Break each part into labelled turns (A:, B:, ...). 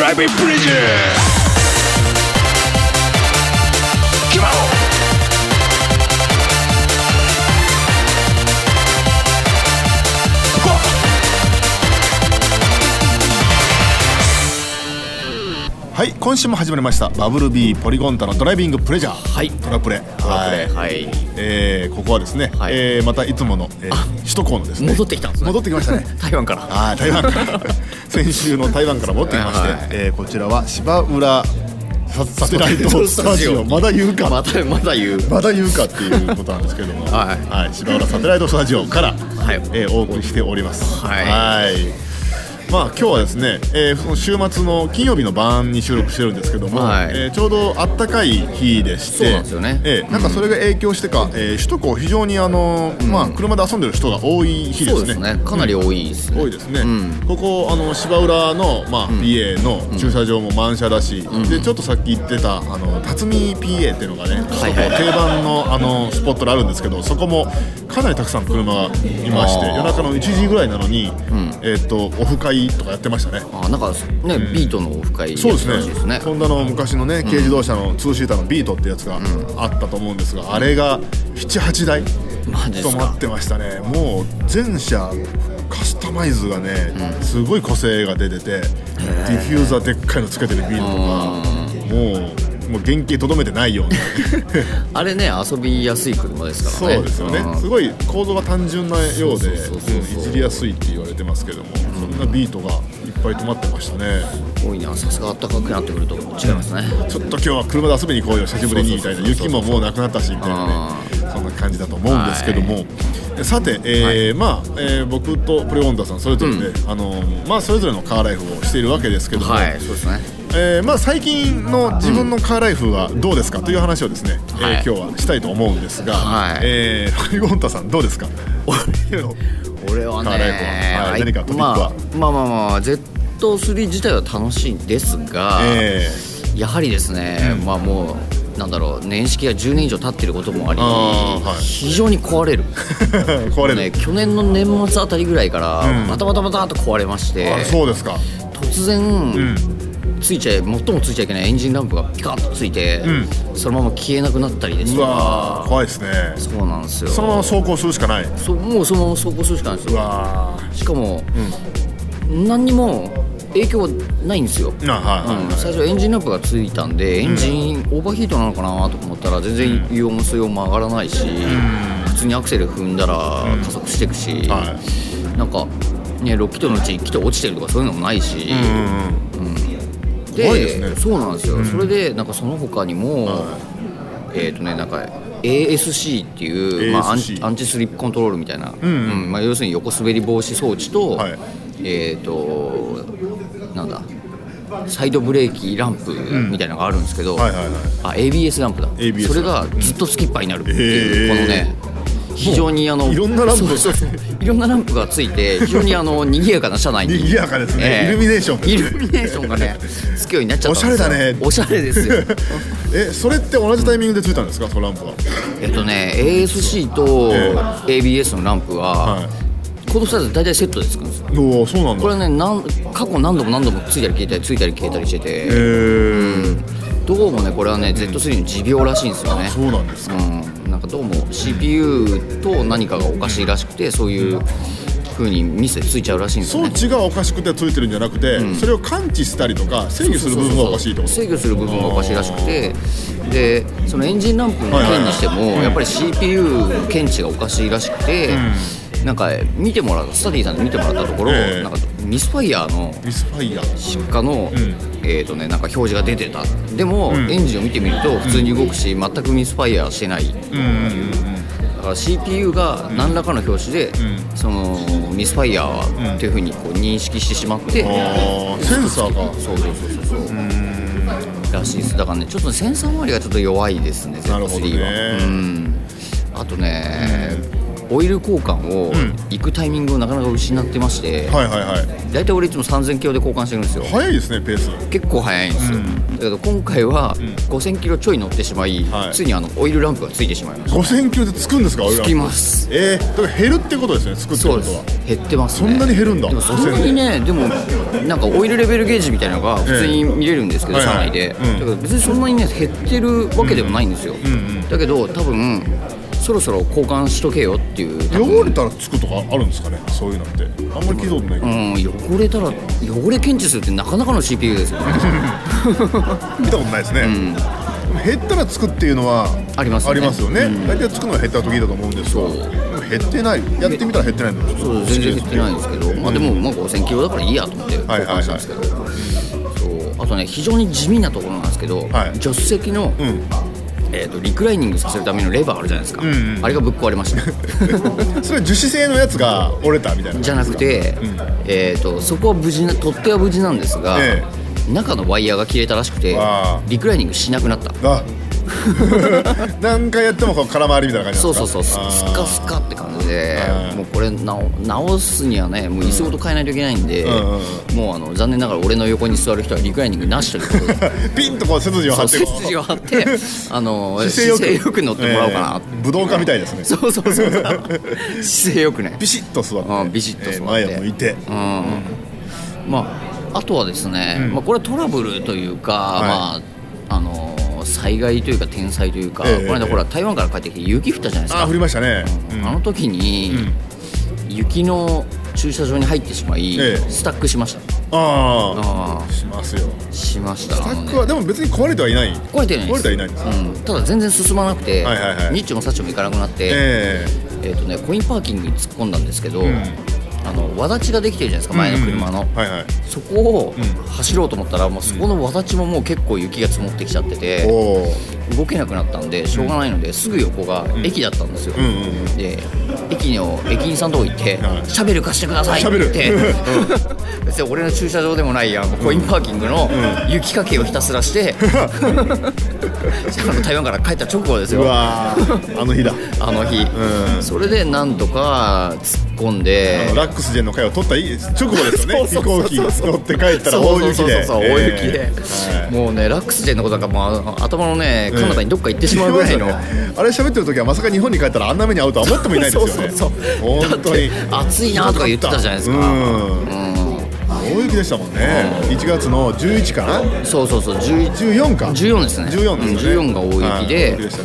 A: Happy Bridges!
B: はい今週も始まりましたバブル B ポリゴンタのドライビングプレジャー、
C: はい
B: トラプレ
C: はい、
B: はいえーここはですね、
C: はい
B: えーまたいつもの、えー首都高のですね
C: 戻ってきたんですね
B: 戻ってきましたね
C: 台湾から
B: はい台湾から 先週の台湾から戻ってきまして、
C: はいはい
B: えーこちらは芝浦ササテライトスタジオまだ言うか
C: また まだ言う
B: まだ言うかっていうことなんですけれども、
C: は
B: はいい、芝浦サテライトスタジオから、
C: い
B: えーお送りしております。
C: はい
B: いまあ今日はですね、えーその週末の金曜日の晩に収録してるんですけども、
C: はい
B: えーちょうどあったかい日でして、
C: そうなんですよね
B: えーなんかそれが影響してか、えー首都高非常にあの、まあ車で遊んでる人が多い日ですね。
C: そうですねかなり多いですね、
B: 多いですね、ここあの芝浦の、まあ PA の駐車場も満車だし、でちょっとさっき言ってたあの辰巳 PA っていうのがね、
C: いはいはい
B: 定番のあのスポットであるんですけどそこもかなりたくさん車がいまして
C: あー
B: 夜中の1時ぐらいなのに、えっとオフ会とかやってましたね。
C: あなんかね、ビートのオフ会
B: そうです
C: やっ
B: ね
C: てたらしいですね
B: ホンダの昔のね軽自動車のツーシーターのビートってやつがあったと思うんですが、あれが78台
C: マジで
B: 止
C: す
B: ま
C: か
B: ってましたねもう全車カスタマイズがね、すごい個性が出ててディフューザーでっかいのつけてるビールとかもうもう原型とどめてないような
C: あれね遊びやすい車ですからね
B: そうですよね、
C: ん
B: すごい構造が単純なようで
C: そうそうそう
B: う
C: そうん
B: いじりやすいって言われてますけども、そんなビートがいっぱい止まってましたね
C: 多いなさすが暖かくなってくると違いますね、
B: ちょっと今日は車で遊びに行こうよ久しぶりにみたいな
C: そうそうそうそう
B: 雪ももうなくなったしみたいなねそんな感じだと思うんですけども、さて、えーまあ、えー僕とプレオンダさんそれぞれで、あのーまあ、それぞれのカーライフをしているわけですけども、
C: はいそうですね
B: えーまあ、最近の自分のカーライフはどうですかという話をですね、
C: はい
B: えー今日はしたいと思うんですが、
C: はい
B: えープレゴンタさんどう ですかカーライフ
C: 俺はね
B: ははい
C: はい
B: 何かトピックは
C: まあ、まあまあまあ Z3 自体は楽しいんですが、
B: え
C: やはりですね、まあもうなんだろう年式が10年以上経ってることもあり
B: あーはい
C: 非常に壊れる、
B: ー壊れる、
C: ね、去年の年末あたりぐらいからバタバタバタっと壊れまして、
B: あそうですか
C: 突然、ついちゃい最もついちゃいけないエンジンランプがピカッとついて、そのまま消えなくなったりです
B: う
C: とか
B: わー怖いですね
C: そうなんですよ
B: そのまま走行するしかない
C: そうもうそのまま走行するしかないんです
B: う
C: よ
B: わ
C: しかも、何にも影響はないんですよ、
B: ーなはい、はい
C: うん、最初エンジンランプがついたんでエンジンオーバーヒートなのかなと思ったら全然油温水温も上がらないし、普通にアクセル踏んだら加速していくし、
B: は
C: なんか、ね、6気筒のうち1気筒落ちてるとかそういうのもないし、で
B: 怖いですね
C: そうなんですよ、それでなんかその他にも、えっ、とねなんか ASC っていう、まあ、アン
B: ASC
C: アンチスリップコントロールみたいな、うんまあ、要するに横滑り防止装置と、
B: はい
C: えっ、となんだサイドブレーキランプみたいなのがあるんですけど、
B: はいはいはい
C: あ ABS ランプだ
B: ABS
C: それがずっとスキッパーになるっていう、
B: うん
C: このね非常にあの
B: いろんなランプ
C: そうそうそういろんなランプがついて非常に あの賑やかな車内に
B: 賑やかですねイルミネーション
C: イルミネーション がねつくようになっちゃったんで
B: お
C: すよ
B: しゃれだね
C: おしゃれです よ
B: えそれって同じタイミングでついたんですかトランプは
C: えっとね ASC と
B: え
C: ABS のランプは、
B: はい
C: この2つは大体セットでつくんですよ
B: おおそうなんだ
C: これねなん過去何度も何度もついたり消えたりついたり消えたりしてて、
B: えー
C: どうもねこれはね Z3 の持病らしいんですよね
B: そうなんですか
C: うん、なんかどうも CPU と何かがおかしいらしくてそういう風にミスでついちゃうらしいんです
B: 装
C: よね
B: 置がおかしくてついてるんじゃなくて、それを感知したりとか制御する部分がおかしいってこと
C: 制御する部分がおかしいらしくてでそのエンジンランプの件にしても、やっぱり CPU の検知がおかしいらしくて、なんか見てもらったスタディさんで見てもらったところ、
B: ええ
C: なんかミスファイヤーの
B: ミスファイヤー
C: 出荷の、えーとね、なんか表示が出てたでも、エンジンを見てみると普通に動くし、全くミスファイヤーしてないっていう、だから CPU が何らかの表示で、そのミスファイヤーっていうふうにこう認識してしまって、
B: あーセンサーが
C: そうそうそうそうそうらしいですだからねちょっとセンサー周りがちょっと弱いですね Z3
B: な
C: は
B: るほどね
C: うんあとね、オイル交換を行くタイミングをなかなか失ってまして、
B: はいはいはい
C: 大体俺いつも3000キロで交換してるんですよ
B: 早いですねペース
C: 結構早いんですよ、だけど今回は5000キロちょい乗ってしまい、
B: はい
C: ついにあのオイルランプがついてしまいました
B: 5000キロでつくんですか俺ら
C: つきます
B: えー、だから減るってことですねつくって
C: そう
B: こ
C: で
B: とは
C: す減ってますね
B: そんなに減るんだ
C: でもそんなにねでもなんかオイルレベルゲージみたいなのが普通に見れるんですけど、
B: ええ
C: 車内
B: は
C: で、
B: いはいうん
C: だから別にそんなにね減ってるわけでもないんですよ、だけど多分そろそろ交換しとけよっていう多分
B: 汚れたらつくとかあるんですかねそういうのってあんまり聞いたことないけど、
C: うん、汚れたら汚れ検知するってなかなかの CPU ですよね
B: 見たことないですね、でも減ったらつくっていうのは
C: ありますよね
B: ありますよね、大体つくのは減った時だと思うんですが
C: そう
B: でも減ってないやってみたら減ってないの
C: そう全然減ってないんですけど、まあ、でもまあ5000キロだからいいやと思って交
B: はいはい
C: 換したんですけど、そうあとね非常に地味なところなんですけど、
B: はい
C: 助手席の、
B: ん
C: えー、とリクライニングさせるためのレバーあるじゃないですか、
B: んうん
C: あれがぶっ壊れました
B: それは樹脂製のやつが折れたみたいな
C: じゃなくて、えー、とそこは無事な取っ手は無事なんですが、
B: え
C: 中のワイヤーが切れたらしくて
B: わあ
C: リクライニングしなくなった
B: あ 何回やってもこう空回りみたいな感じな
C: そ
B: ん
C: う
B: です
C: そ
B: か
C: うそうス
B: あー
C: スカスカって感じで
B: うん
C: もうこれ直直すにはねもう椅子ごと変えないといけないんで、
B: んうん
C: もうあの残念ながら俺の横に座る人はリクライニングなしということ で
B: ピンとこう背筋を
C: そ
B: 張
C: う
B: って
C: 背
B: こう
C: 筋を 張ってあの姿勢よく乗ってもらおうかな、
B: えー武道家みたいですね
C: そうそうそうそう姿勢よくね
B: ビシッと座って、
C: うんビシッと座って
B: えー前を向いて
C: うんまあ、あとはですね、
B: うん
C: まあ、これはトラブルというか、
B: は
C: まああのー災害というか天災というか、
B: ええ
C: この間ほら台湾から帰ってきて雪降ったじゃないです
B: あ
C: か
B: ー降りましたね、うん
C: あの時に、雪の駐車場に入ってしまい、
B: ええ
C: スタックしました
B: あー
C: あ
B: しますよ
C: あしました
B: タ
C: あ
B: ッ
C: のね
B: クはでも別に壊れてはいない
C: 壊れてないで
B: 壊
C: す
B: れてはいないんですね
C: うん、ただ全然進まなくて、
B: はいはいはい
C: ニッチもサッチも行かなくなって、
B: え
C: えーとね、コインパーキングに突っ込んだんですけど、
B: ん
C: あのわだちができてるじゃないですか
B: え
C: 前の車の、
B: うんはいはい
C: そこを
B: ん
C: 走ろうと思ったら、もうそこのわだちももう結構雪が積もってきちゃってて、
B: おお
C: 動けなくなったんでしょうがないのですぐ横が駅だったんですよ、
B: んうんう
C: で駅の駅員さんのとこ行って
B: はい
C: 「シャベル貸してください」っ
B: シャ
C: て
B: ベル
C: 言って、 別に俺の駐車場でもないやもうコインパーキングの雪かきをひたす らして、しかも台湾から帰った直後です
B: う
C: よ
B: わーあの日だ
C: あの日、
B: うん
C: それでなんとか突っ込んで
B: あのラックスジェンの回を取ったい直後ですよね飛
C: そうそう
B: 行
C: そう
B: 機
C: そう
B: 乗って帰ったら大雪で
C: そうそうそうそう
B: えー
C: 大雪で、
B: はい
C: もうねラックスジェンのことなんかもうあの頭のね彼方にどっか行ってしまうぐらいの、
B: あれ喋ってる時はまさか日本に帰ったらあんな目に遭うとは思ってもいないですよね
C: そうそうそう
B: 本当に
C: だって暑いなとか言ってたじゃないですか
B: うん大雪でしたもんね1月の11かな
C: そうそうそう11
B: 14か
C: 14ですね
B: 14ですよね
C: 14が大雪で
B: はい大雪でした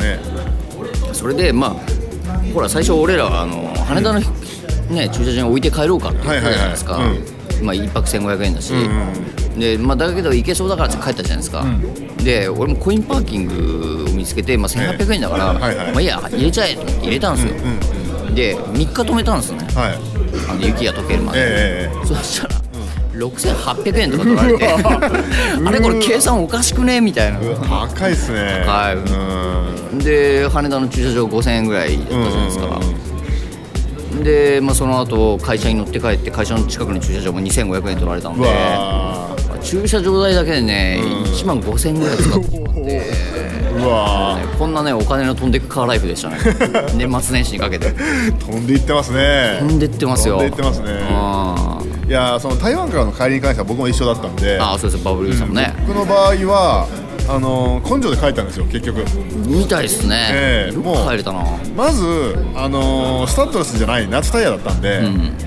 B: ね
C: それでまあほら最初俺らはあの羽田の、ね、駐車場に置いて帰ろうかって言ってたじゃないですか、
B: はいはいはい
C: まあ、1泊1500円だし、でまあ、だけど行けそうだからって帰ったじゃないですか、で俺もコインパーキングを見つけて、まあ、1800円だから、
B: ええはいはい
C: まあ、いいや入れちゃえと思って入れたんですよ、で3日止めたんですよね
B: はい
C: あの雪が溶けるまで、
B: ええええ
C: そしたら、6800円とか取られて
B: うわ
C: あれこれ計算おかしくねみたいな
B: うわ高いですね
C: 高い
B: うん
C: で羽田の駐車場5000円ぐらいだったじゃないですか、
B: うんうん
C: で、まあ、その後会社に乗って帰って会社の近くの駐車場も2500円取られたん
B: う
C: で
B: わ
C: 駐車場代だけでね、1万5000円ぐらい使って しまって、ね
B: ーうわ
C: こんなねお金の飛んでくカーライフで したね年末年始にかけて
B: ー飛んでいってますね
C: 飛んでってますよ
B: 飛んでいってますね
C: あ
B: いやーその台湾からの帰りに関しては僕も一緒だったんで
C: あそうですバブルさんもね、
B: 僕の場合はあのー根性で帰ったんですよ結局
C: みたいですね、
B: ええ
C: よ
B: もう
C: く帰れたな
B: まず、あのースタッドレスじゃない夏タイヤだったんで、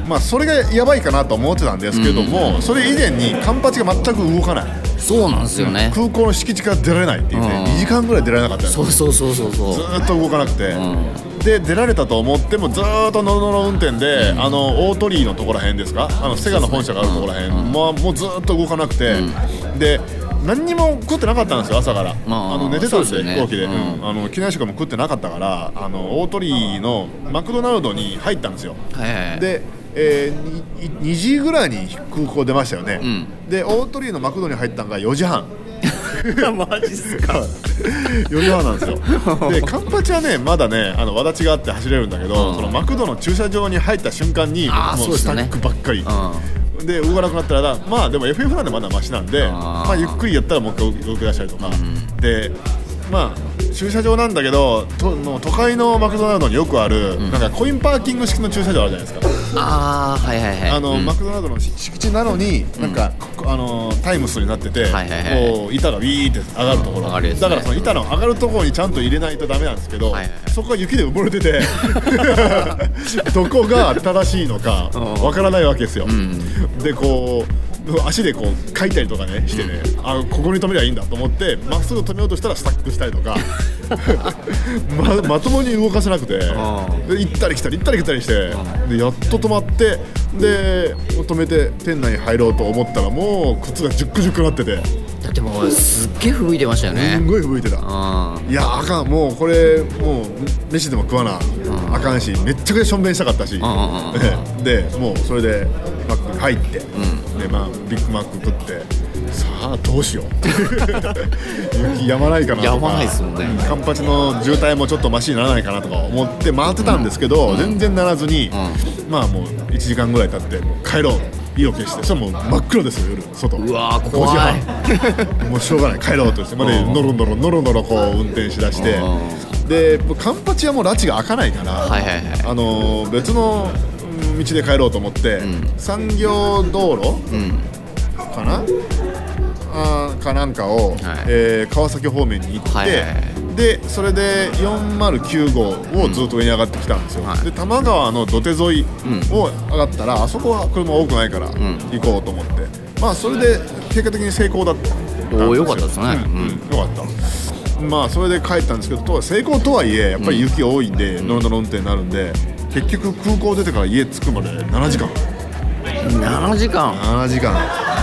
B: まあ、それがやばいかなと思ってたんですけども、それ以前にカンパチが全く動かない
C: そうなんですよね、
B: 空港の敷地から出られないっていう
C: う
B: ね
C: ん
B: 2時間ぐらい出られなかったんです
C: そうそうそうそうそう
B: ずーっと動かなくて、で出られたと思ってもずーっとノロノロ運転で、あの大鳥居のところらへんですかあのセガの本社があるところらへん、まあ、もうずーっと動かなくて、で何にも食ってなかったんですよ朝から、
C: まあ
B: あの寝てたんです
C: そう
B: よ、
C: ですよね
B: 飛行機で、
C: うん
B: うんあの機内食も食ってなかったからあの大鳥居のマクドナルドに入ったんですよ
C: はいはいはい
B: で、 えーにに2時ぐらいに空港出ましたよね、
C: ん
B: で大鳥居のマクドに入ったのが4時半
C: マジっすか
B: 4時半なん ですよでカンパチはねまだねあのわだちがあって走れるんだけど、
C: うん
B: そのマクドの駐車場に入った瞬間に
C: あー
B: も
C: そう
B: う
C: で
B: ス
C: す
B: タ
C: よね
B: ックばっかり、
C: う
B: で動かなくなったらまあでも FF なんでまだマシなんで
C: あー
B: まあ、ゆっくりやったらもう一回動き出したりとか、でまあ駐車場なんだけどとの都会のマクドナルドによくある、なんかコインパーキング式の駐車場あるじゃないですか
C: ああはいはいはい
B: あの、
C: うん
B: マクドナルドの敷地なのに、なんかこあのタイムスになってて、
C: はいはいはい
B: こう板がウィーって上がるところ、
C: 上がるやつね
B: だからその板の上がるところにちゃんと入れないとダメなんですけど、
C: はいはいはい
B: そこが雪で埋もれて てどこが正しいのか
C: ん
B: わからないわけですよ、でこう足でこう書いたりとかねしてね、あここに止めりゃいいんだと思ってまっすぐ止めようとしたらスタックしたりと かままともに動かせなくて。
C: ん
B: で行ったり来たり行ったり来たりしてでやっと止まってで止めて店内に入ろうと思ったらもう靴がジュックジュックなってて
C: だってもうすっげえ吹雪いてましたよ
B: すん
C: ね
B: ごい吹いてた
C: あ
B: いやあかんもうこれもう飯でも食わなあかんしめっちゃくちゃしょんべんしたかったし
C: ん
B: でもうそれでマックに入ってでまあビッグマック食ってさあどうし よう雪やまないかなとか
C: やまないっすもんね
B: カンパチの渋滞もちょっとマシにならないかなとか思って回ってたんですけど、全然ならずに、まあもう1時間ぐらい経ってもう帰ろう意を決してそしたらもう真っ暗ですよ夜外
C: うわ
B: 5
C: ー怖い
B: 時半 もうしょうがない帰ろうとしてまでノロノロノロノロこう運転しだしてでもうカンパチはもう拉致が開かないから、
C: はいはいはい
B: あのー別のうん道で帰ろうと思って、産業道路
C: あう
B: か
C: ん
B: なあーかなんかを、えー川崎方面に行って、
C: はいはいは
B: でそれで409号をずっと上に上がってきたんですよ、
C: はい
B: で多摩川の土手沿い
C: ん
B: を上がったら、あそこは車多くないから
C: ん
B: 行こうと思って、まあそれで結果的に成功だったんですよ
C: おーよかったです
B: う
C: ね
B: んうんよかったまあそれで帰ったんですけどと成功とはいえやっぱり雪多いんで、ノロノロ運転になるんで結局空港出てから家着くまで7時間
C: 7時間
B: 7時間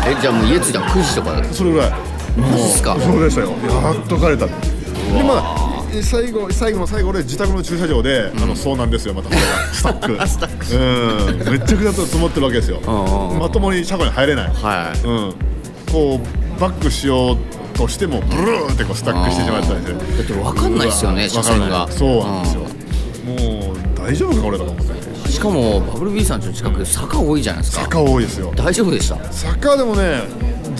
C: えじゃあもう家着いたの9時とかだ
B: それぐらい
C: マジっすか
B: そうでしたよやっと帰れたでまあえ最後最後の最後で自宅の駐車場で、あのそうなんですよ またこれがスタック
C: スタック
B: うんめっちゃくちゃ積もってるわけですよ
C: んうん
B: まともに車庫に入れない、
C: はい
B: うん、こうバックしようとしてもブルーってこうスタックしてしまったりしてだ
C: だって分かんないっすよね車線が
B: そうなんですよ、もう大丈夫かこれとか思って
C: しかもバブルビーさんちの近く坂多いじゃないですか
B: 坂多いですよ
C: 大丈夫でした
B: 坂でもね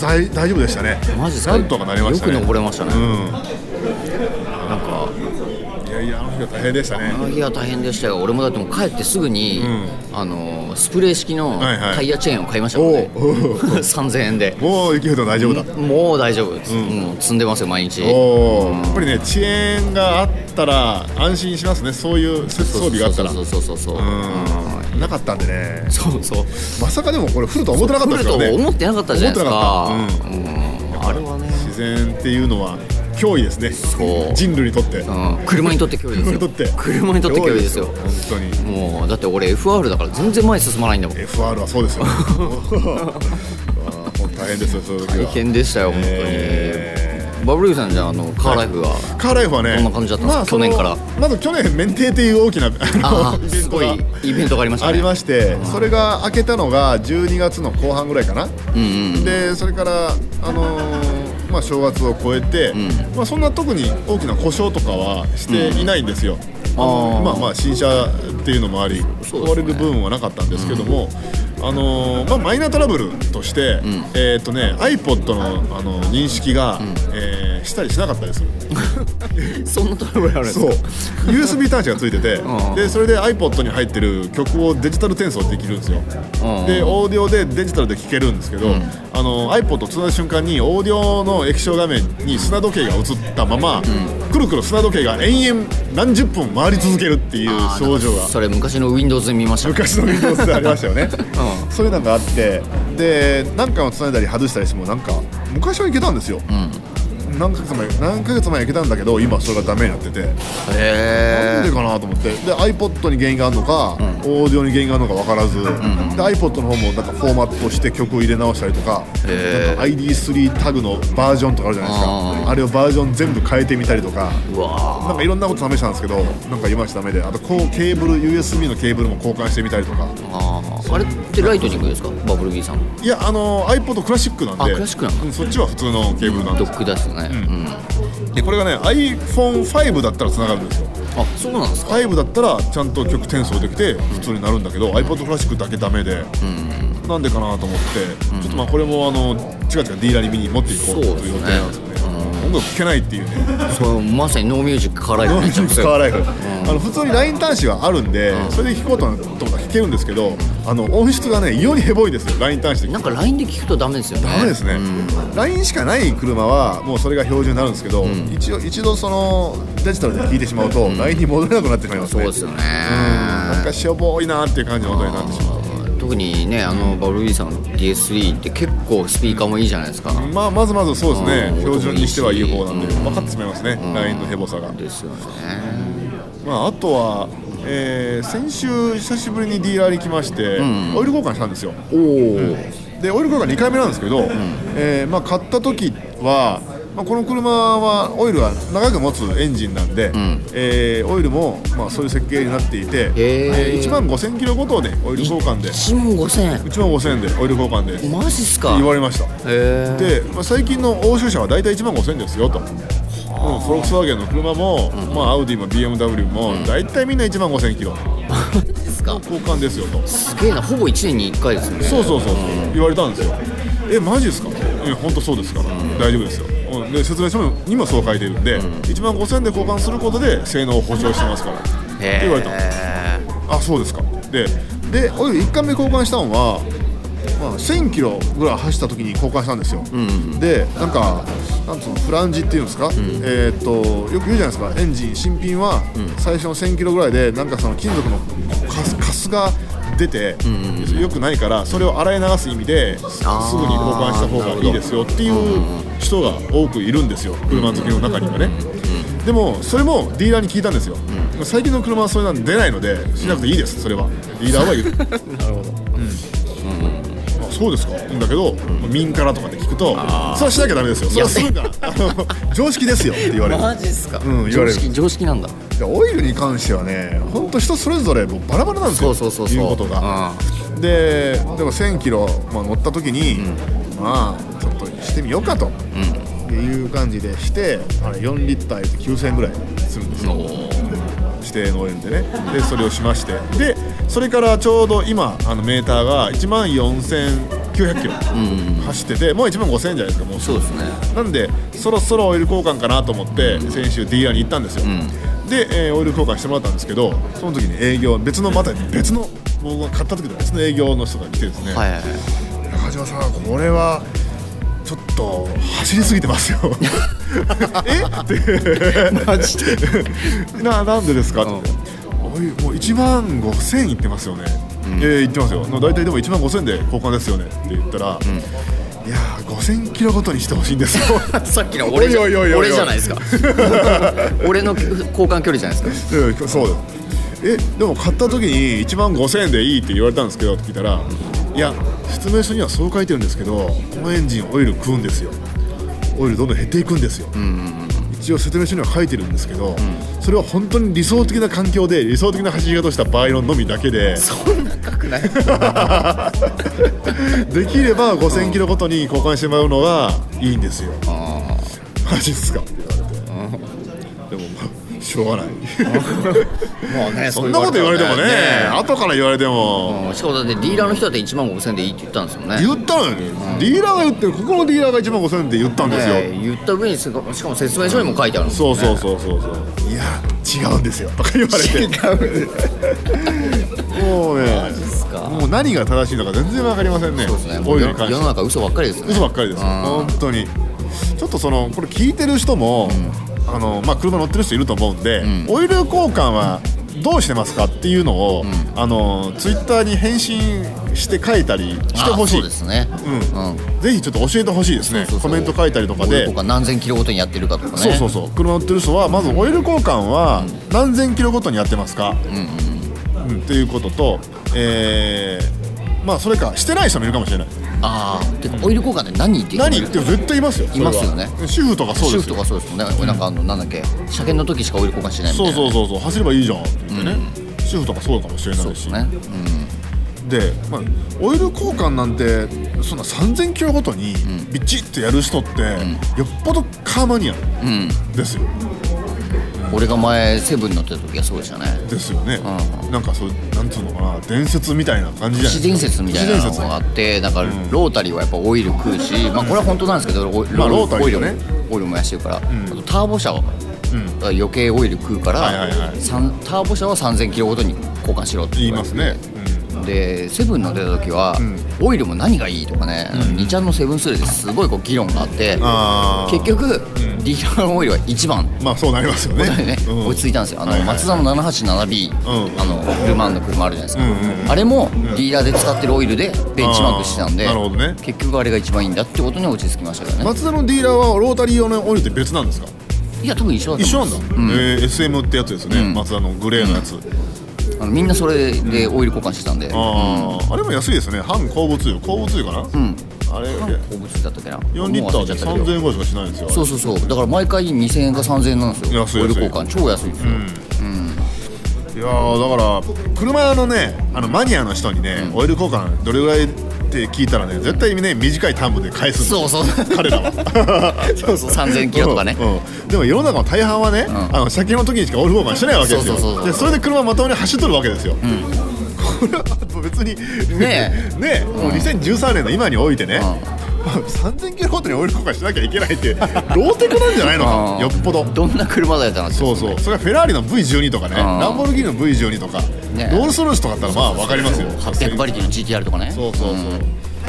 B: 大大丈夫でしたね
C: マジですか
B: なんとかなりましたね
C: よく登れましたね
B: うんなんかいやいやあの日は大変でしたね
C: あの日は大変でしたよ俺もだってもう帰ってすぐに、あのスプレー式の
B: はいはい
C: タイヤチェーンを買いましたもんね、
B: おうおう
C: 3000円で
B: もう雪降っても大丈夫だと、
C: もう大丈夫です、もう積んでますよ毎日
B: おおやっぱりね遅延があったら安心しますねそういう設装備があったら
C: そうそうそうそうそう
B: うんなかったんでね
C: そうそう
B: まさかでもこれ降るとは思ってなかった
C: 来
B: で
C: る
B: す
C: と
B: よね
C: 思ってなかったじゃないですか
B: 思ってなか
C: うんあれはね、
B: 自然っていうのは脅威ですね
C: う
B: 人類にとって
C: うん、車にとって距離です
B: 車に
C: よ
B: とって
C: 車にとって距離ですよ
B: 脅威ですよ本当に
C: もうだって俺 FR だから全然前進まないんだもん
B: FR はそうです よ。あーもう大変ですよ、そういう時は
C: 大変でしたよ本当に、
B: え
C: バブルビーさんじゃああのカーライ フは、
B: ーカーライフはね、
C: どんな感じだったんですか
B: まあその
C: 去年から
B: まず去年、免停っていう大きなあ
C: あ
B: の
C: あ
B: イベン
C: す
B: ト
C: ご
B: が
C: いイベントがありましたね
B: ありまして、それが開けたのが12月の後半ぐらいかな、
C: うんうん
B: でそれから、あのーまあ、正月を超えて、まあ、そんな特に大きな故障とかはしていないんですよ、あの
C: あー
B: まあまあ新車っていうのもあり、
C: そうです
B: 壊
C: ね
B: れる部分はなかったんですけども、あのーまあ、マイナートラブルとして、えーっとね、iPod の、あの認識が、えーしたりしなかったです
C: そんなトラブルあるんです
B: そう
C: か
B: USB 端子がついてて、
C: うん
B: でそれで iPod に入ってる曲をデジタル転送できるんですよ、
C: うん
B: でオーディオでデジタルで聴けるんですけど、あの iPod をつなぐ瞬間にオーディオの液晶画面に砂時計が映ったまま、くるくる砂時計が延々何十分回り続けるっていう
C: あー
B: 症状が
C: それ昔の Windows で見ました
B: 昔の Windows でありましたよね、
C: う
B: そういうのがあってで何回もつないだり外したりしてもなんか昔はいけたんですよ、何ヶ月前何ヶ月前いけたんだけど今それがダメになっててなん
C: へ
B: でかなと思ってで iPod に原因があるのか、オーディオに原因があるのか分からず、で iPod の方もなんかフォーマットして曲を入れ直したりとか
C: へ
B: な
C: ー
B: んか ID3 タグのバージョンとかあるじゃないですか
C: あ
B: あれをバージョン全部変えてみたりとか
C: えうわ
B: なんかいろんなこと試したんですけどなんか今しダメであとこうケーブル USB のケーブルも交換してみたりとか
C: ーあーあれってライトニングですかバブルビーさんの
B: いやあの iPod クラシックなんで
C: あクラシックなんだ
B: うんそっちは普通のケーブルなん
C: ド
B: です
C: ックですよね、うん
B: でこれがね iPhone5 だったらつながるんですよ
C: あそうなんですか
B: 5だったらちゃんと曲転送できて普通になるんだけど iPod クラシックだけダメで、なんでかなと思って、ちょっとまあこれもあの近々ディーラーに見に持っていこうと
C: そうですね
B: いう予定なんですよね。
C: う
B: 音楽聴けないっていうね
C: そうまさにノーミュージックカーライフ
B: ノ
C: に
B: ン
C: なっちゃ
B: ミュー
C: うんで
B: ジ
C: す
B: ック
C: よ
B: カーライフあの普通に LINE 端子はあるんでそれで聴こうと思ったら弾けるんですけどあの音質がね異様にヘボいですよ LINE 端子で
C: なんか LINE で聞くとダメですよね
B: ダメですね、LINE しかない車はもうそれが標準になるんですけど、一応一度そのデジタルで聞いてしまうと、LINE に戻れなくなってしまいます
C: そ
B: ね
C: うですよね
B: なんかしょぼいなっていう感じの音になってしまう
C: 特にねあのバブルリーさんの DS3 って結構スピーカーもいいじゃないですか、
B: まあまずまずそうです
C: う
B: ね
C: ん
B: 標準にしてはいい方なんで
C: う
B: 分かってしまいますね LINE のヘボさが、
C: ですよね
B: まあ、あとは、えー先週久しぶりにディーラーに来まして、オイル交換したんですよ
C: おお、
B: でオイル交換2回目なんですけど、えーまあ、買った時は、まあ、この車はオイルは長く持つエンジンなんで、えーオイルも、まあ、そういう設計になっていて、
C: へー
B: え1万5000キロごとでオイル交換で
C: 1万5000円
B: 1万5000円でオイル交換でって
C: マジっすか
B: 言われました
C: へ
B: で、
C: え
B: まあ、最近の欧州車は大体1万5000ですよと、うん、フォルクスワーゲンの車も、まあ、アウディも BMW も大体みんな1万5000キロ
C: ですか
B: 交換ですよと
C: すげえなほぼ1年に1回ですよね
B: そうそうそうそう言われたんですよえマジですかえ本当そうですから、大丈夫ですようんで説明書にもそう書いてるんで、1万5000で交換することで性能を保証してますからって
C: へ
B: 言われたの
C: え
B: あそうですかででオイル1回目交換したのは、まあ、1000キロぐらい走った時に交換したんですよ、でなんかなんつうのフランジっていうんですか、えーっとよく言うじゃないですかエンジン新品は最初の1000キロぐらいでなんかその金属のカスカスが出て、よくないからそれを洗い流す意味ですすぐに交換した方がいいですよっていう人が多くいるんですよ車好きの中にはね。でもそれもディーラーに聞いたんですよ、最近の車はそれなんで出ないのでしなくていいですそれはディーラーは言うなるほど、うんあそうですかだけど、民からとかで聞くとそれはしなきゃダメですよそれはするからあの常識ですよって言われる
C: マジっすか、
B: うん言わ
C: 常
B: れる
C: 識常識なんだ
B: でオイルに関してはね本当人それぞれもうバラバラなんです
C: そ
B: よ
C: うそうそうそう
B: 言うことが、ででも1000キロ、まあ、乗った時に、まあちょっとしてみようかと、っていう感じでしてあれ4リッター入れて9000円ぐらいするんですよ
C: おー
B: 指定の応援でねでそれをしましてでそれからちょうど今あのメーターが1万4900キロ走っててもう1万5000じゃないですかもう
C: そうですね
B: なんでそろそろオイル交換かなと思って先週ディーラーに行ったんですよ、で、えーオイル交換してもらったんですけどその時に営業別のまた別の僕が買った時の別の営業の人が来てですね、
C: はいはい
B: 中島さんこれはちょっと走りすぎてますよ えって
C: マジで
B: ななんでですかっておいもう1万5000いってますよね、えー、いってますよの大体でも1万5000で交換ですよねって言ったら、いやー5000キロごとにしてほしいんですよ
C: さっきの俺じゃ
B: おいおいおいおい
C: 俺じゃないです か俺の交換距離じゃないです
B: う
C: か
B: んそうだえでも買った時に1万5000円でいいって言われたんですけどって聞いたらいや説明書にはそう書いてるんですけどこのエンジンオイル食うんですよオイルどんどん減っていくんですよ、一応説明書には書いてるんですけど、それは本当に理想的な環境で理想的な走り方をした場合ののみだけで
C: そんな高くない
B: できれば5000キロごとに交換してもらうのがいいんですよ、マジっすかって言われて、でもまあしょうがない
C: もうね
B: そんなこと言われてもね後から言われても、
C: うんしかもだってディーラーの人だって1万5000でいいって言ったんですよね
B: 言ったのに、ディーラーが言ってるここのディーラーが1万5000円って言ったんですよ、
C: ね言った上にしかも説明書にも書いてあるんです
B: そ
C: よ
B: うそうそうそうそういや違うんですよとか言われて
C: 違う
B: もうね
C: すか
B: もう何が正しいのか全然わかりませんね
C: そうですねも
B: オ
C: う
B: イ
C: 世
B: ルに関し
C: の世の
B: て
C: 中嘘ばっかりですよね
B: 嘘ばっかりです
C: うん
B: 本当にちょっとそのこれ聞いてる人も、あのまあ、車乗ってる人いると思うんで、オイル交換はどうしてますかっていうのを、あのツイッターに返信して書いたりしてほ
C: あ
B: し
C: そ
B: いう
C: ですね
B: うんぜひちょっと教えてほしいですねコメント書いたりとか
C: 俺
B: で
C: とか何千キロごとにやってるかとかね
B: そうそうそう車乗ってる人はまずオイル交換は何千キロごとにやってますか、うんっていうことと、えーまあそれかしてない人もいるかもしれない
C: ああてかオイル交換で何って言って
B: 何
C: くれ
B: っ
C: る
B: て絶対いますよそれはい
C: ますよね
B: 主婦とかそう
C: 主
B: で
C: 婦
B: す
C: と
B: よ
C: かそうですもんねなんかあのなんだっけ車検の時しかオイル交換しないみたい
B: そう
C: な
B: そうそうそう走ればいいじゃんって言ってね、主婦とかそうかもしれないし
C: ね
B: で、まあ、オイル交換なんてそんな3000キロごとにビチッとやる人って、よっぽどカーマニアですよ、
C: 俺が前セブン乗ってた時はそうじゃない
B: ですよね、なんかそうなんつうのかな伝説みたいな感じじゃな
C: 都
B: い
C: 市伝説みたいなの
B: 都市伝
C: があ
B: 説
C: ってだからロータリーはやっぱオイル食うし、まあ、これは本当なんですけどオイル,、
B: まあロータリ
C: オイ
B: ー
C: ル
B: は
C: も
B: ね
C: オイル燃やしてるから、あとターボ車は、余計オイル食うから、
B: はいはいはい
C: さんターボ車は3000キロごとに交換しろって
B: 言い
C: われ
B: ま
C: て
B: すね、
C: でセブンの出た時は、オイルも何がいいとかね、2ちゃんのセブンスレですごいこう議論があって
B: うん、ああ
C: 結局、ディーラーのオイルは1番
B: まあそうなりますよ
C: だよ
B: ね
C: ね
B: うん
C: 落ち着いたんですよあの、
B: はいはい
C: マツダの 787B、
B: うん
C: あのルマンの車あるじゃないですか、
B: うんうんうん
C: あれもディーラーで使ってるオイルでベンチマークしてたんで
B: あーなるほどね
C: 結局あれが一番いいんだってことに落ち着きましたけどね、
B: 松田のディーラーはロータリー用のオイルって別なんですか
C: いや多分一緒だ
B: 一
C: と
B: 緒
C: 思
B: なん
C: う
B: だ、
C: ん
B: えー SM ってやつですね、
C: ん
B: マツダのグレーのやつ、
C: あのみんなそれでオイル交換してたんで、うん、
B: あああれも安いですね半鉱物油鉱物油かな、あれ
C: 好物だったっけな
B: 4リッターで3000円ぐらいしかしないんですよあれ
C: そうそうそうだから毎回2000円か3000円なんですよ
B: 安い安い
C: オイル交換超安いんですよ、
B: いやーだから車のねあのマニアの人にね、オイル交換どれぐらいって聞いたらね絶対にね短い単語で返すんですよ
C: そうそう
B: 彼らは
C: そうそう3000キロとかね
B: うんうんでも世の中の大半はね、あの車検の時にしかオイル交換してないわけですよ
C: そうそうそうそ
B: で
C: う
B: それで車まともに走っとるわけですよ、これは別に
C: ねえ
B: ねえ、もう2013年の今においてね、
C: う
B: 3000キロごとにオイル交換しなきゃいけないってローテクなんじゃないのか
C: あー
B: よっぽど
C: どんな車だよって話です
B: そ
C: よ
B: うそうそれはフェラーリの V12 とかね
C: あー
B: ランボルギーニの V12 とか、
C: ね
B: ロールスロイスとかだったらまあ分かりますよ
C: 800馬力の GTR とかね
B: そうそう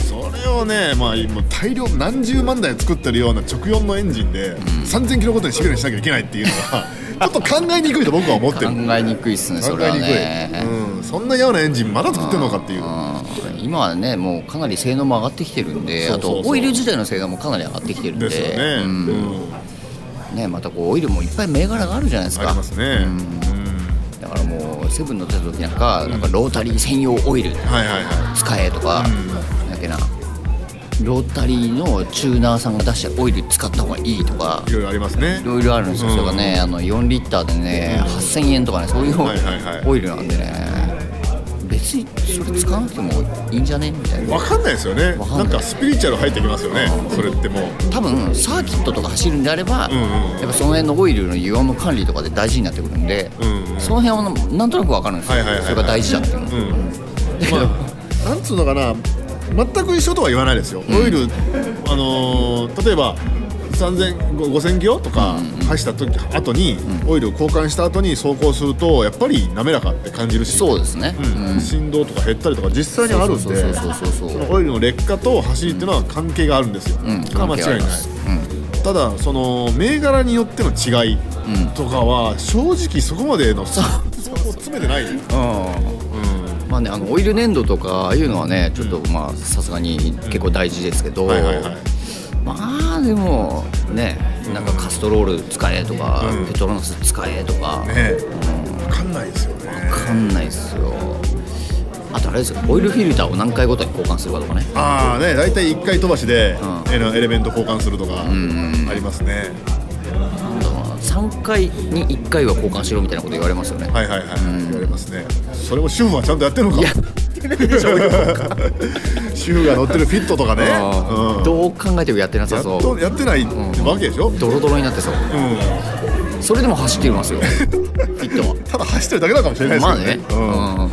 B: そう、それをね、まあ、今大量何十万台作ってるような直4のエンジンで、3000キロごとにシビルにしなきゃいけないっていうのは ちょっと考えにくいと僕は思ってる
C: 考えにくいっすねそ
B: 考
C: れは
B: え
C: ね
B: にくい、うん、そんなようなエンジンまだ作ってるのかっていう
C: うん今はねもうかなり性能も上がってきてるんで
B: そうそうそう
C: あとオイル自体の性能もかなり上がってきてるんで
B: ですよね、
C: う
B: うんん
C: ねまたこうオイルもいっぱい銘柄があるじゃないです
B: あり
C: か
B: ますね、
C: だからもうセブン乗ってた時なんかなんかロータリー専用オイル
B: はいはいは
C: 使えとか、なんだっけなロータリーのチューナーさんが出したオイル使った方がいいとか
B: いいろいろありますね
C: いろいろあるんですよ、それがねあの4リッターでね8000円とかねそういう
B: はいはいはい
C: オイルなんでね別にそれ使わなくてもいいんじゃねみたいな
B: 分かんないですよね
C: わ
B: な
C: かん
B: ん
C: ない
B: かスピリチュアル入ってきますよねそれってもう
C: 多分サーキットとか走るんであれば、
B: んうん
C: やっぱその辺のオイルの油温の管理とかで大事になってくるんで、
B: うんうん
C: その辺はななんとなく分かるんですよ、
B: はいはいはいはい
C: それが大事だっていうの、
B: まあ、なんつうのかな全く一緒とは言わないですよ、オイル、あのー例えば3000 5000キロとか走った時後にオイルを交換した後に走行するとやっぱり滑らかって感じるし
C: そうですね、
B: うん振動とか減ったりとか実際にあるん
C: そうそうそうそう
B: で
C: そう
B: そのオイルの劣化と走りっていうのは関係があるんですよ、
C: うん
B: これは間違いない
C: 関係あります
B: ただその銘柄によっての違いとかは正直そこまでのそこを詰めてない
C: うんまあね、あのオイル粘土とかああいうのはねちょっとまあさすがに結構大事ですけど、
B: はいはいはい
C: まあでもねなんかカストロール使えとか、
B: うん
C: ペトロナス使えとか、
B: ね分かんないですよね
C: わかんないっすよあとあれですよオイルフィルターを何回ごとに交換するかとかね
B: ああね大体1回飛ばしで、
C: うん
B: えのエレメント交換するとかありますね、
C: だから3回に1回は交換しろみたいなこと言われますよね、
B: はいはいはい、言われますねそれも主婦はちゃんとやってるのか
C: やってるでしょ
B: 主婦が乗ってるフィットとかね、
C: あ
B: う
C: ー
B: ん
C: どう考えてもやってな
B: や
C: さ
B: っ
C: そ
B: と
C: う
B: やってないわけでしょ、
C: ドロドロになってそう
B: うん
C: それでも走ってますよ フィットは
B: ただ走ってるだけなのかもしれないで
C: ますあね
B: けどね、うんま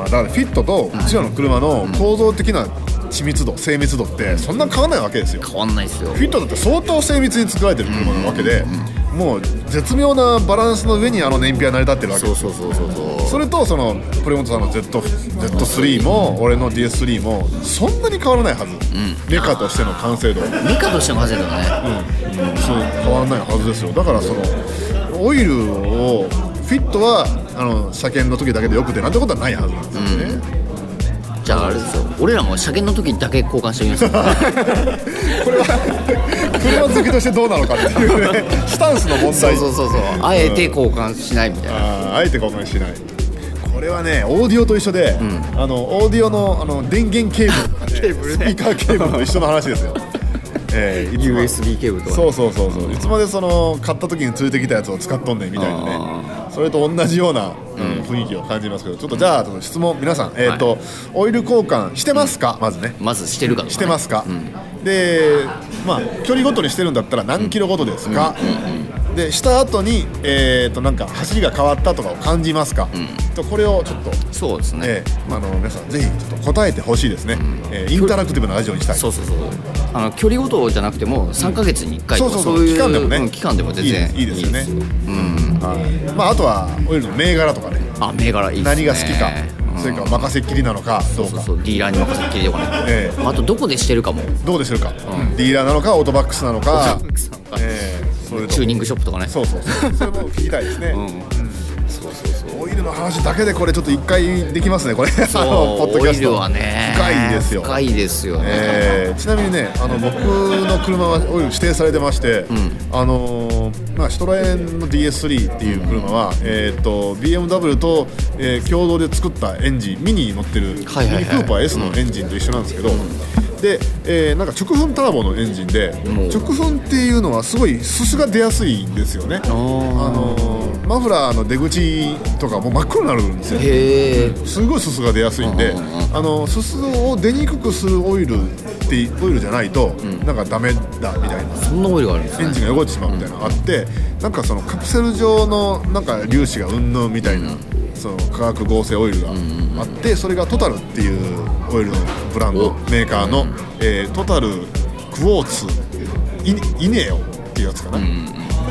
B: あ、だからフィットとうちらの車の構造的な緻密度精密度ってそんな変わらないわけですよ
C: 変わんないっすよ
B: フィットだって相当精密に作られてる車なわけで、もう絶妙なバランスの上にあの燃費は成り立ってるわけ
C: そ
B: で
C: う
B: す
C: そ
B: よ
C: うそうそうそう
B: それとそのプレモントさんの Z Z3 も俺の DS3 もそんなに変わらないはず、レカとしての完成度、うん、
C: ミカとしても走るのね
B: そう変わらないはずですよだからそのオイルをフィットはあの車検の時だけでよくてなんてことはないはずなんですよね、
C: じゃああれですよ俺らも車検の時だけ交換してみ ますか
B: これは車好きとしてどうなのかっていう ねスタンスの問題
C: そうそうそうあえて交換しないみたいな
B: あーあえて交換しないこれはねオーディオと一緒で、あのオーディオのあの電源ケーブルとか、ね、
C: ケーブルね
B: スピーカーケーブルと一緒の話 ですよえーいつま
C: USB ケーブルとかね
B: そうそうそうそういつまでその買った時に連れてきたやつを使っとんねんみたいなねそれと同じような、うん雰囲気を感じますけどちょっとじゃあその質問皆さん、えーとオイル交換してますか、まずね
C: まずしてるかとかね
B: してますか、でまあ距離ごとにしてるんだったら何キロごとですか、でした後にえっ、となんか走りが変わったとかを感じますか、とこれをちょっと、
C: そうですね、
B: ええまあ、あの皆さんぜひちょっと答えてほしいですね、えーインタラクティブなラジオにしたい
C: そうそうそうあの距離ごとじゃなくても3か月に1回とか、
B: そうそう
C: そ
B: そう
C: ういう
B: 期間でもね
C: うん期間でも全然
B: いいですいいですよね
C: うん、
B: はいまあ、あとはオイルの銘柄とかね
C: あ銘柄いいです
B: 何
C: ね
B: が好きか、それから任せっきりなのかどうか
C: そうそうディーラーに任せっきりとかね、
B: ええ
C: あとどこでしてるかも
B: どうでしょうか、ディーラーなのかオートバックスなのかええそれと
C: チューニングショップとかね
B: そうそうそうそれも聞きたいですね、
C: そうそうそう
B: オイルの話だけでこれちょっと一回できますねこれ あ
C: そう
B: のポッドキ
C: オ
B: ャ
C: イ
B: ス
C: ル
B: ト
C: はね
B: 深いですよ
C: 深いですよね、
B: えーちなみにねあの僕の車はオイル指定されてまして、あのーまあ、シトラエンの DS3 っていう車は、えー、と BMW と、えー共同で作ったエンジンミニに乗ってる、
C: はいはいは
B: ミニ
C: い
B: クーパー S のエンジンと一緒なんですけど、で、えーなんか直噴ターボのエンジンで
C: もう
B: 直噴っていうのはすごいすすが出やすいんですよね、あのーマフラーの出口とかもう真っ黒になるんですよ
C: へえ
B: すごいすすが出やすいんで、あのすすを出にくくするオイルってオイルじゃないと、なんかダメだみたいな。
C: そんなオイルがあるんです
B: エ
C: ね
B: ンジンが汚れてしまうみたいなのがあって、なんかそのカプセル状のなんか粒子がうんぬんみたいな、その化学合成オイルがあって、それがトタルっていうオイルのブランドメーカーの、えートタルクォーツイイネオっていうやつかな、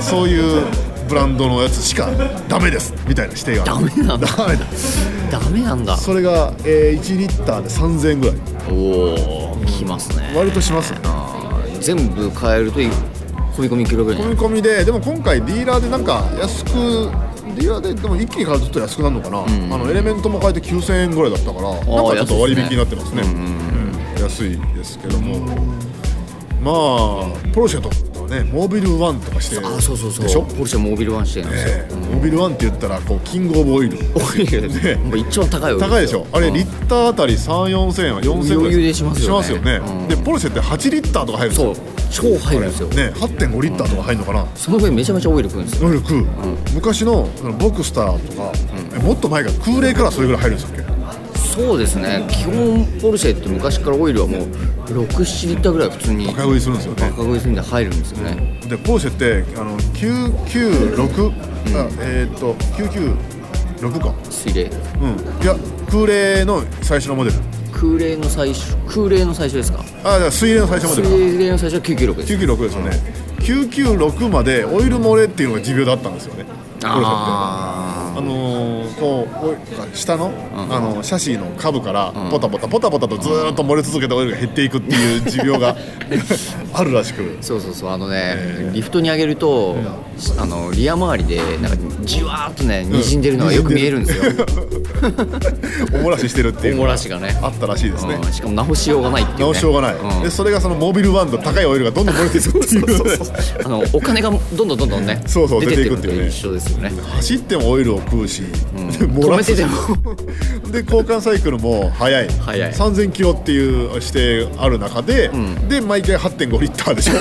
B: そういうブランドのやつしかダメですみたいな指定がある
C: ダメなんだ
B: ダメだ
C: ダメなんだ
B: それが、えー1リッターで3000円ぐらい
C: おおきますね
B: 割としますよね
C: 全部変えるといい込み込みキロぐらいに
B: 込
C: な
B: み込
C: る
B: みででも今回ディーラーでなんか安くディーラーででも一気に買うとちょっと安くなるのかな、あのエレメントも変えて9000円ぐらいだったからなんかちょっと割引になってますねうん安いですけどもまあポルシェとかねモービルワンとかして
C: あそうそうそう
B: でしょ
C: ポルシェモービルワンシェなんですよ、
B: ええモービルワンって言ったらこうキングオブオイル
C: オイル
B: ね
C: もう一番高いオイル
B: 高いでしょあれリッターあたり34000円は4000円ぐらい
C: 余裕でしますよねうん
B: でポルシェって8リッターとか入るんです
C: そ
B: よ
C: う超入るんですよ、
B: ね8.5リッターとか入るのかな、
C: その上めちゃめちゃオイル食うんですよ
B: 能力、昔のそのボクスターとか、えもっと前から空冷からそれぐらい入るんですよ
C: そうですね基本ポルシェって昔からオイルはもう67リッターぐらい普通に
B: 高食いするんですよね
C: 赤食いするんで入るんですよね、
B: でポーシェってあの996、あえーっと996か
C: 水冷
B: うんいや空冷の最初のモデル
C: 空冷の最初空冷の最初ですか
B: あじゃあ水冷の最初モデ
C: 水
B: ルか
C: 冷の最初は996です
B: 996ですよね996までオイル漏れっていうのが持病だったんですよねポルシェって
C: あ
B: あのーこうオイル下の,、あのシャシーの下部からポタポタポタポタとずーっと漏れ続けてオイルが減っていくっていう持病 があるらしく
C: ーそうそうそうあのね、リフトに上げると、あのリア周りでなんかじわーっとね滲んでるのがよく見えるんですよ、
B: お漏らししてるってい
C: お
B: う
C: もらしがね
B: あったらしいですね、
C: うんしかも直しようがないっていう、ね、
B: 直しようがない、
C: ん
B: でそれがそのモービルワンド高いオイルがどんどん漏れていくって いう
C: あのお金がどんどんどんどんね
B: そうそう
C: 出てって
B: 出て
C: る
B: いくって
C: のと
B: いうね
C: 一緒ですよね
B: 走ってもオイルを食うし、漏
C: 止
B: ら
C: め
B: すし
C: て
B: て
C: も
B: で交換サイクルも早い
C: 早い
B: 3000キロっていう指定ある中で、で毎回8.5リッターでしょ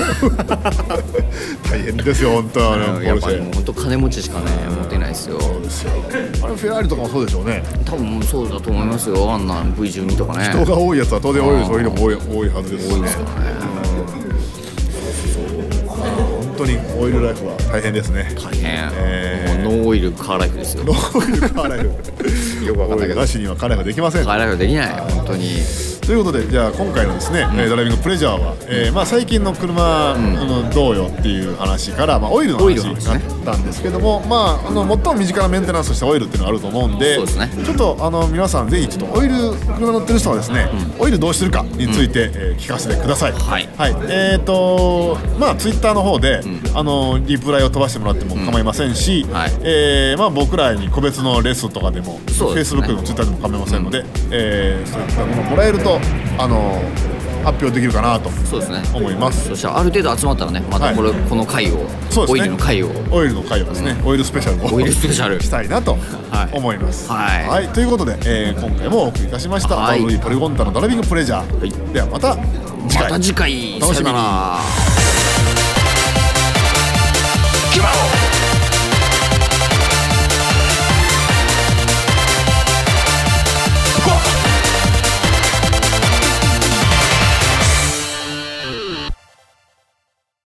B: 大変ですよ本当はあのポ
C: やっ
B: ルシ
C: ぱりもう
B: ェ
C: 本当金持ちしかね持ってないですよ
B: そうですよあれフェラーリとかもそうでしょうね
C: 多分そうだと思いますよあんな V12 とかね
B: 人が多いやつは当然オイル消費量も多い多いはずですしねうん本当にオイルライフは大変ですね
C: 大変、
B: え
C: もうノーオイルカーライフですよ
B: ノ ーオイルカーライフ よくわかんないけどなしにはカーライフはできません
C: カーライフできない本当に
B: ということでじゃあ今回のですね、えードライビングプレジャーは、えーまあ、最近の車、あのどうよっていう話から、まあ、オイルの
C: オイル
B: 話
C: の
B: に
C: 話
B: な
C: ね
B: ったんですけども、まあ、あの最も身近なメンテナンスとしてオイルっていうのがあると思うんで
C: そうですね
B: ちょっとあの皆さんぜひちょっとオイル車乗ってる人はですね、オイルどうしてるかについて、えー聞かせてください。
C: はい
B: えっ、とまあツイッターの方で、あのリプライを飛ばしてもらっても構いませんし、
C: はい
B: えーまあ、僕らに個別のレッスンとかでも
C: そうですね
B: Facebook でもツイッターでも構いませんので、えーそういったものをもらえると、あの発表できるかなと
C: そうですね
B: 思います
C: そ。したらある程度集まったらねま
B: は
C: た
B: い
C: これ、この回を、
B: そうです
C: オイ
B: ね
C: ルの回を
B: オイルの会をですね、オイルスペシャルを
C: オイルスペシャル
B: したいなと
C: はい
B: 思います。
C: はい
B: ということで、えー今回もお送りいたしました「
C: はい
B: ダブルポリゴンタのドライビングプレジャー」
C: はい
B: ではまた次
C: ま
B: 回。
C: た次回
B: 楽しみに
C: さよなら
A: 決まろう